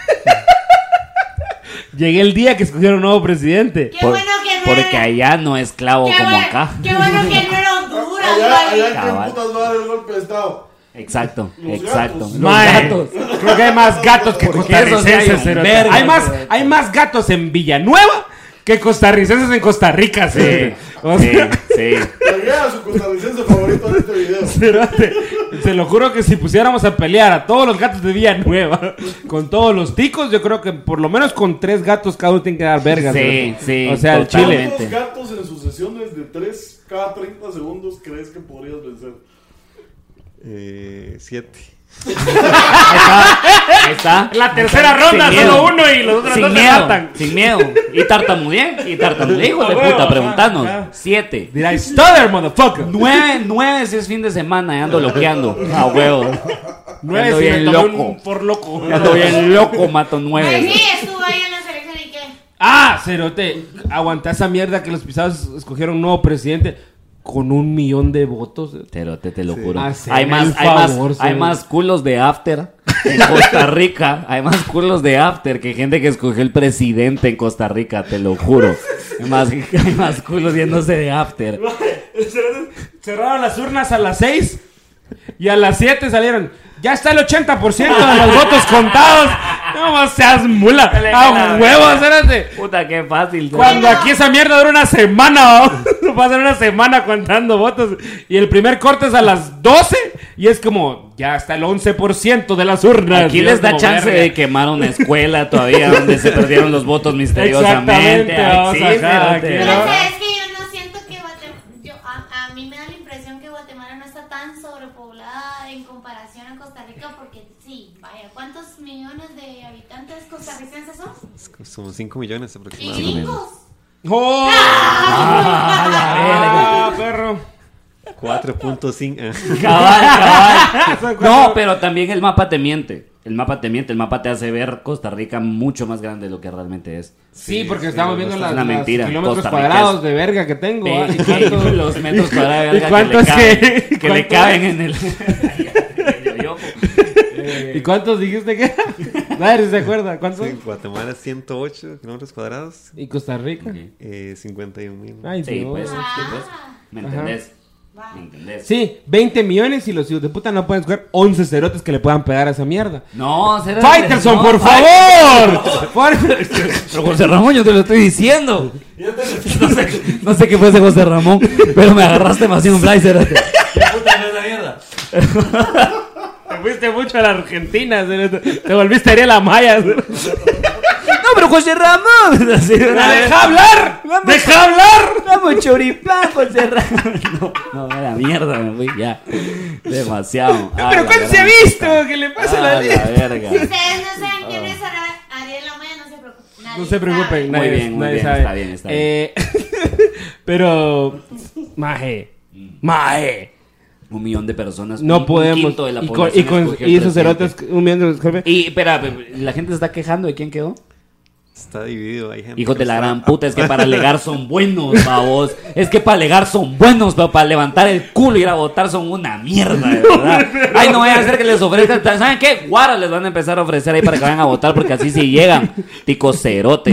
Llegué el día que escogieron nuevo presidente.
Qué bueno que no
porque
era-
allá no es clavo
qué,
Oh, como
bueno,
acá.
qué bueno que no era Honduras,
Allá,
güey.
allá que
Cabal.
en putas va a dar el golpe de estado.
Exacto,
Los
exacto.
gatos.
Los
Mae,
gatos.
Creo que hay más gatos que
Porque esos sí hay
costarricenses.
un
cerote.
verga,
hay, más,
cerote.
hay más gatos en Villanueva que costarricenses en Costa Rica.
Sí,
cerote. <laughs> O
sí,
sea,
sí.
Llegué a su costarricense favorito de este video.
cerote, se lo juro que si pusiéramos a pelear a todos los gatos de Villanueva con todos los ticos, yo creo que por lo menos con tres gatos cada uno tiene que dar vergas.
Sí,
cerote.
sí,
O sea, el chile.
totalmente.
¿Cuántos gatos en sucesión desde 3 cada 30 segundos crees que podrías vencer?
Eh, siete.
<laughs>
Ahí está.
La tercera ronda,
Sin
solo
miedo.
uno y los otros
Sin
dos se
miedo,
matan.
sin miedo. Y tartamudeé, y tartamudeé, hijo de
Ah, huevo,
puta,
ajá,
preguntanos.
ajá.
Siete.
Dirá, "Stutter, motherfucker.
Nueve, nueve si es fin de semana, ya ando loqueando. A huevo.
Nueve,
Ando
si
bien
me tomé
loco.
un por loco.
Ya ando bien loco, mato
Ay,
nueve.
sí, estuvo ahí en las elecciones y qué.
Ah, Cerote, aguanta esa mierda que los pisados escogieron un nuevo presidente con un millón de votos.
Pero te, te lo juro.
Haceme
Hay más,
Ah, el
hay más,
favor,
hay
sí.
más culos de after en Costa Rica. Hay más culos de after que gente que escogió el presidente en Costa Rica, te lo juro. Hay más, hay más culos yéndose de after.
Cerraron las urnas a las 6 y a las 7 salieron. Ya está el 80% de los votos contados. No más seas mula. A huevo, Cerote.
Puta, qué fácil. ¿no?
Cuando aquí esa mierda dura una semana, <laughs> ¿no? pasan una semana contando votos. Y el primer corte es a las 12 y es como, ya está el 11% de las urnas.
Aquí
Y es
les da
como,
chance
verga.
de quemar una escuela todavía donde se perdieron los votos misteriosamente.
Exactamente, vamos
sí,
acá,
espérate.
aquí,
Pero
¿no?
sabes que yo no siento que Guatemala. Yo, a, a mí me da la impresión que Guatemala no está tan sobrepoblada en comparación a Costa Rica, porque sí, vaya, ¿cuántos millones de habitantes costarricenses son?
Somos 5 millones
Y
aproximadamente.
gringos.
¡Oh!
Ah,
Ah, perro.
<laughs>
<laughs>
4.5.
Cabal, cabal. No, pero también el mapa te miente. El mapa te miente, el mapa te hace ver Costa Rica mucho más grande de lo que realmente es.
Sí, porque estamos viendo
no es
las,
una
las
mentira,
kilómetros
costarricense.
cuadrados de verga que tengo.
<laughs>
¿ah?
Eh,
¿Y cuánto-
los metros cuadrados de
¿Y
verga
cuántos
que
<laughs> que-
le caben, que le
cuántos- <laughs>
caben en el. en el yoyopo.
<laughs> ¿Y cuántos dijiste que? era? Madre, ¿se acuerda? ¿Cuánto?
Sí, Guatemala 108 kilómetros cuadrados,
Y Costa Rica.
Ujú.
eh, 51 mil.
Ay,
Sí,
Dios.
pues, sí,
Ah.
pues. ¿Me
Ajá.
entendés?
Va.
¿Me entendés?
Sí, 20 millones y los hijos de puta no pueden jugar 11 cerotes que le puedan pegar a esa mierda.
No, será.
¡Fighterson,
no,
por favor! Por-
Pero José Ramón, yo te lo estoy diciendo.
este
<laughs> No sé, no sé qué fuese José Ramón, pero me agarraste demasiado un blazer.
<laughs> Te fuiste mucho a la Argentina, cerote. te volviste a la Maya. cerote.
No, pero José Ramón. <laughs> Así, una vez.
¡Deja hablar! ¡Deja hablar!
Vamos, choripán, José Ramón. <laughs> No, no, a la mierda, me fui ya. Demasiado. Ah,
¿Pero
la
cuándo se ha
gran
visto
puta.
que le pasa
Ah, la
la vida?
verga.
Si ustedes no saben quién es Ara- Ariel Amaya, no se preocupen. nadie
No se preocupen,
Muy
nadie,
bien, muy
nadie
bien,
sabe.
está bien, está bien.
Eh, <laughs> pero, maje,
Mm.
maje,
Un millón de personas. un-
no
un
podemos.
quinto de la
y, con, y,
población
con-
escogió
y
el
esos
presidente.
cerotes, un millón de los jefes.
Y, espera, la gente se está quejando de quién quedó.
Está dividido, hay gente.
Hijos
que
de la
está-
gran puta, es que para alegar son buenos, <laughs> pa' vos. Es que para alegar son buenos, pa' para levantar el culo y ir a votar son una
<laughs>
mierda, de verdad. Ay, no vaya a ser que les ofrezcan. ¿Saben qué? Guara les van a empezar a ofrecer ahí para que vayan a votar, porque así sí llegan. Tico cerote.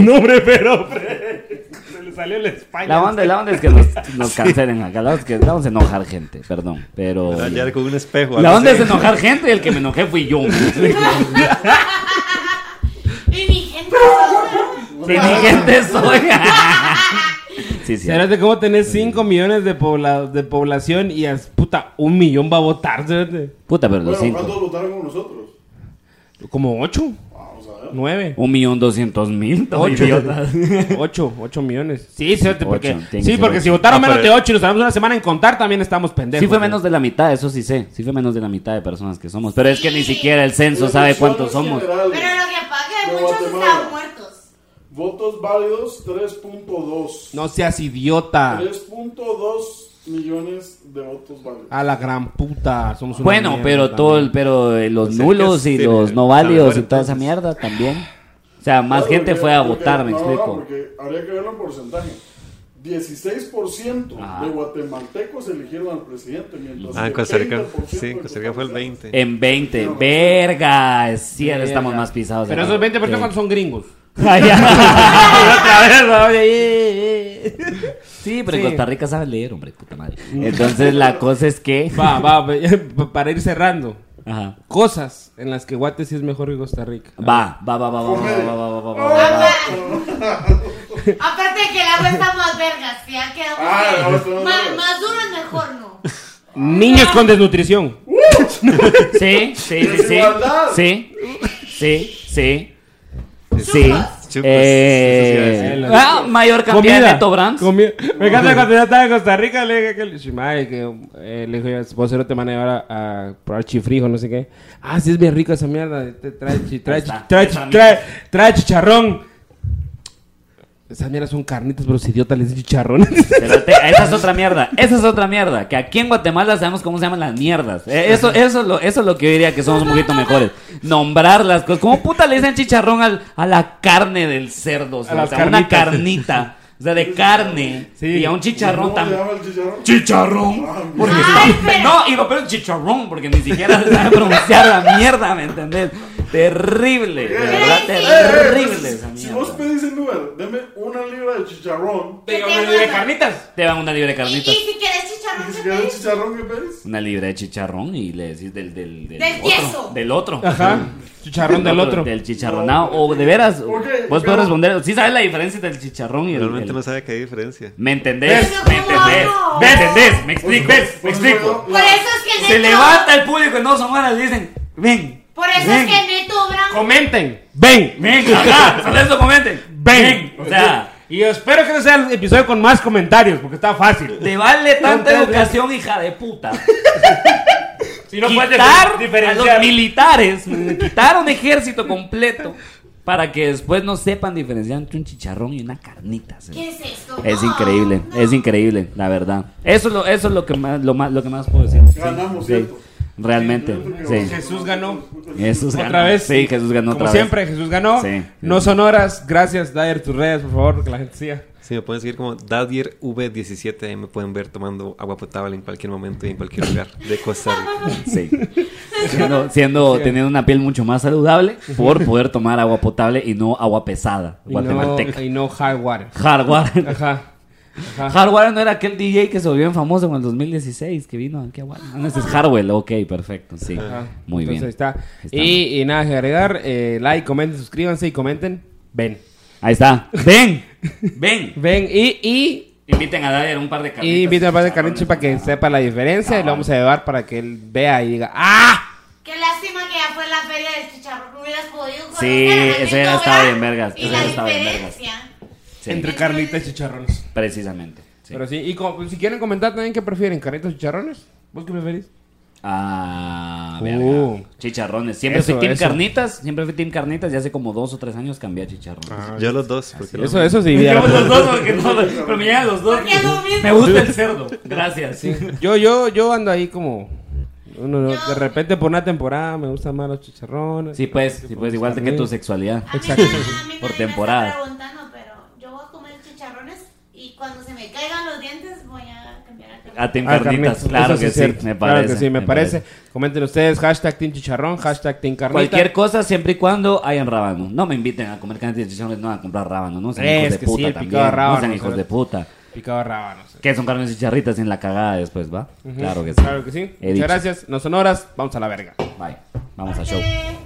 <laughs> No, hombre, pero, hombre. <laughs> Se le salió el España.
La onda, la onda es que nos, nos cancelen acá. La onda es que vamos a enojar gente, perdón. Pero.
Para hallar con un espejo. Ah,
La
algo
onda es
así.
enojar gente y el que me enojé fui yo.
Y mi gente.
Si mi <laughs> gente soy. Sí, sí.
Cerote, ¿cómo tenés 5 millones de, pobla- de población y as- puta, un millón va a votar? cerote?
Puta, pero los
Bueno,
cinco.
¿cuántos votaron con nosotros?
Como 8,
Vamos a ver.
<laughs>
9.
Un millón doscientos mil. no,
Ocho. <laughs>
idiota.
8, 8 millones. Sí, cerote,
Ocho,
porque,
tiene que
sí,
ser
porque
ocho.
si votaron
Ah,
menos
pero-
de 8 y nos tardamos una semana en contar, también estamos pendejos.
Sí fue
¿no?
menos de la mitad, eso sí sé. Sí fue menos de la mitad de personas que somos. Pero es que ni
Sí.
siquiera el censo sabe cuántos somos.
Elecciones
Pero
generales.
lo que pasa es que
De
muchos
Guatemala.
están muertos.
Votos válidos 3.2.
No seas idiota.
3.2 millones de votos válidos.
A la gran puta. Somos una
Bueno,
mierda
pero
también.
todo el, pero eh, los
Pues es que
nulos y
sí,
los no
a lo
válidos
mejor
y toda esa
entonces-
mierda también. O sea, más
Claro,
gente
porque-
fue a
porque-
votar, me
no, no,
explico.
Porque habría que verlo en porcentaje. 16%
Ajá.
de guatemaltecos eligieron al presidente, mientras
Ah, en
que
Costa Rica.
30%
Sí, en
de
Costa Rica fue el 20.
En 20.
No.
Verga, es cierto,
Verga.
estamos más pisados.
Pero
ya.
esos 20%
Sí.
cuando son gringos.
Ay, ya.
Otra vez,
<laughs>
oye, eh, eh.
Sí, pero en
Sí.
Costa Rica sabe leer, hombre, puta madre. Entonces la cosa es que.
Va, va, va, <laughs> para ir cerrando.
Ajá.
Cosas en las que Guate sí es mejor que Costa Rica.
Va, va, va, va, va, va, va, va, va, va, va, va, va.
Papá. Aparte de que el agua está más vergas, que ha quedado.
Ah, el agua está
más,
más vergas.
más duro es mejor, ¿no?
Niños con desnutrición.
Sí, sí, sí, sí.
Desigualdad.
Sí, sí, sí. Sí.
Chupas.
Chupas, eso sí
Eh,
iba a decir.
ah, mayor cantidad de Neto Brands.
Comi- Me encanta cuando yo estaba en Costa Rica, le dije a aquel, "Chimay, que eh, le dijo, yo, vos cero te van a llevar a, a probar chifrijo, no sé qué. Ah, sí es bien rico esa mierda. Te trae, chi- trae,
Ahí está.
chi- trae,
Esa
chi- trae, trae chicharrón. Esas mierdas son carnitas, pero los idiotas les dicen chicharrón.
<laughs> Pero te- esa es otra mierda. Esa es otra mierda. Que aquí en Guatemala sabemos cómo se llaman las mierdas. Eh, Eso, eso, es lo, eso es lo que yo diría que somos un poquito mejores. Nombrar las cosas. ¿Cómo puta le dicen chicharrón al- a la carne del cerdo? O sea,
las
una
carnitas.
carnita. O sea, de carne.
Sí.
Y a un chicharrón
¿Cómo se
también.
llama el chicharrón?
Chicharrón. Porque
Ay,
está-
pero-
No, y lo peor es chicharrón, porque ni siquiera se sabe pronunciar la mierda, ¿me entendés? Terrible, de verdad,
Crazy.
terrible esa
Si vos
mierda.
pedís en Uber, deme una libra de chicharrón.
Que tengo la-
carnitas?
Te van una libra de
Y, y
carnitas.
si quieres chicharrón, se
¿Y si
te
querés
dice.
chicharrón qué pedís?
Una libra de chicharrón y le decís del, del, del,
Del
otro.
tieso.
Del otro.
Ajá, chicharrón del otro.
Del chicharronado. O de veras,
Ok,
vos
pero-
puedes responder. Sí sabes la diferencia del chicharrón y el.
Realmente
el-
no sabe qué diferencia.
¿Me entendés?
Pero
¿Me
¿cómo
entendés?
hago?
¿Me entendés? ¿Me explico?
Pues,
¿Me
pues,
explico?
Por eso es que
Se
Neto.
levanta el público en dos horas y dicen, ven.
Por eso es
ven.
que Neto Branco.
Comenten. Ven. <laughs>
Ven, ajá, solo eso comenten. Ven. O sea,
Y espero que no sea el episodio con más comentarios, porque está fácil. <laughs>
te vale tanta
Entonces-
educación, hija de puta.
Si no puedes
quitar a
diferenciar.
los militares, quitar un ejército completo para que después no sepan diferenciar entre un chicharrón y una carnita. se-
¿Qué es esto?
Es
No,
increíble,
no.
es increíble, la verdad. Eso es lo, eso es lo que más, lo más, lo que más puedo decir.
Ganamos,
Sí.
¿cierto?
realmente. Sí.
Jesús ganó.
Jesús
Otra
ganó.
vez.
Sí, Jesús ganó
Como
otra vez.
siempre, Jesús ganó.
Sí.
No son horas. Gracias, Dyer, tus redes, por favor, que la gente siga.
Sí, me pueden seguir como DadierV17. Ahí me pueden ver tomando agua potable en cualquier momento y en cualquier lugar de Costa Rica.
Sí. Siendo, siendo- teniendo una piel mucho más saludable por poder tomar agua potable y no agua pesada
Y no,
guatemalteca.
y no high water.
Hardware.
Ajá. Ajá.
Hardware no era aquel DJ que se volvió famoso en el 2016 que vino aquí a Guatemala. Ah, no, ese es Hardwell, ok, perfecto, sí.
Ajá.
Muy
Entonces,
bien.
ahí está. Y, y nada que agregar. eh, like, comenten, suscríbanse y comenten. Ven.
Ahí está.
<laughs>
Ven, ven.
Ven y, y,
Inviten a Dyer un par de
y inviten a Padre Carlinchos para
Ah.
que sepa la diferencia. Y lo vamos a llevar para que él vea y diga ¡Ah!
Qué lástima que ya fue la feria del chicharrón. Hubieras podido conocer.
Sí,
a la
eso
gente,
hubiera estado
¿verdad?
bien vergas,
Y
eso
la
hubiera estado bien
diferencia.
Sí,
Entre carnitas y chicharrones.
precisamente. sí.
Pero sí, y como- pues, si quieren comentar también qué prefieren, carnitas o chicharrones. ¿Vos qué preferís?
Ah, verga.
Uh.
Chicharrones. Siempre
Eso,
fui Team
eso.
Carnitas. Siempre fui Team Carnitas. Y hace como dos o tres años cambié a chicharrones.
Yo los dos. Porque no
Eso,
me-
eso sí.
Me
Ah. ya la-
llevo los dos, <laughs> porque no, pero me llegan los dos.
Porque es lo mismo.
Me gusta el cerdo. Gracias.
<laughs> Yo, yo, yo ando ahí como. uno,
Yo-
de repente por una temporada me gustan más los chicharrones.
Sí, pues, sí, pues igual que tu sexualidad.
A mí
Exacto.
nadie- a mí
Por
nadie me está
temporada.
preguntando, pero yo voy a comer chicharrones y cuando se me caigan los dientes voy a cambiar a
A Team
Ah,
Carnitas.
carnitas.
Claro
Eso
que
es
sí,
cierto.
me parece.
Claro que sí, me parece. Comenten ustedes, hashtag Team Chicharrón, hashtag Team Carnita.
Cualquier cosa, siempre y cuando hayan rábano. No me inviten a comer cantinas de chicharrones, no a comprar rábano. No sean
Es
hijos de
que sí,
puta
el picado
también.
de rábano,
no sean hijos
¿sabes?
de puta.
Picado rábano. sí.
Que son carnes chicharritas en la cagada después, ¿va? Claro que sí.
Claro que sí.
He
Muchas
dicho.
gracias. No son horas. Vamos a la verga.
Bye. Vamos a show.
cambiar.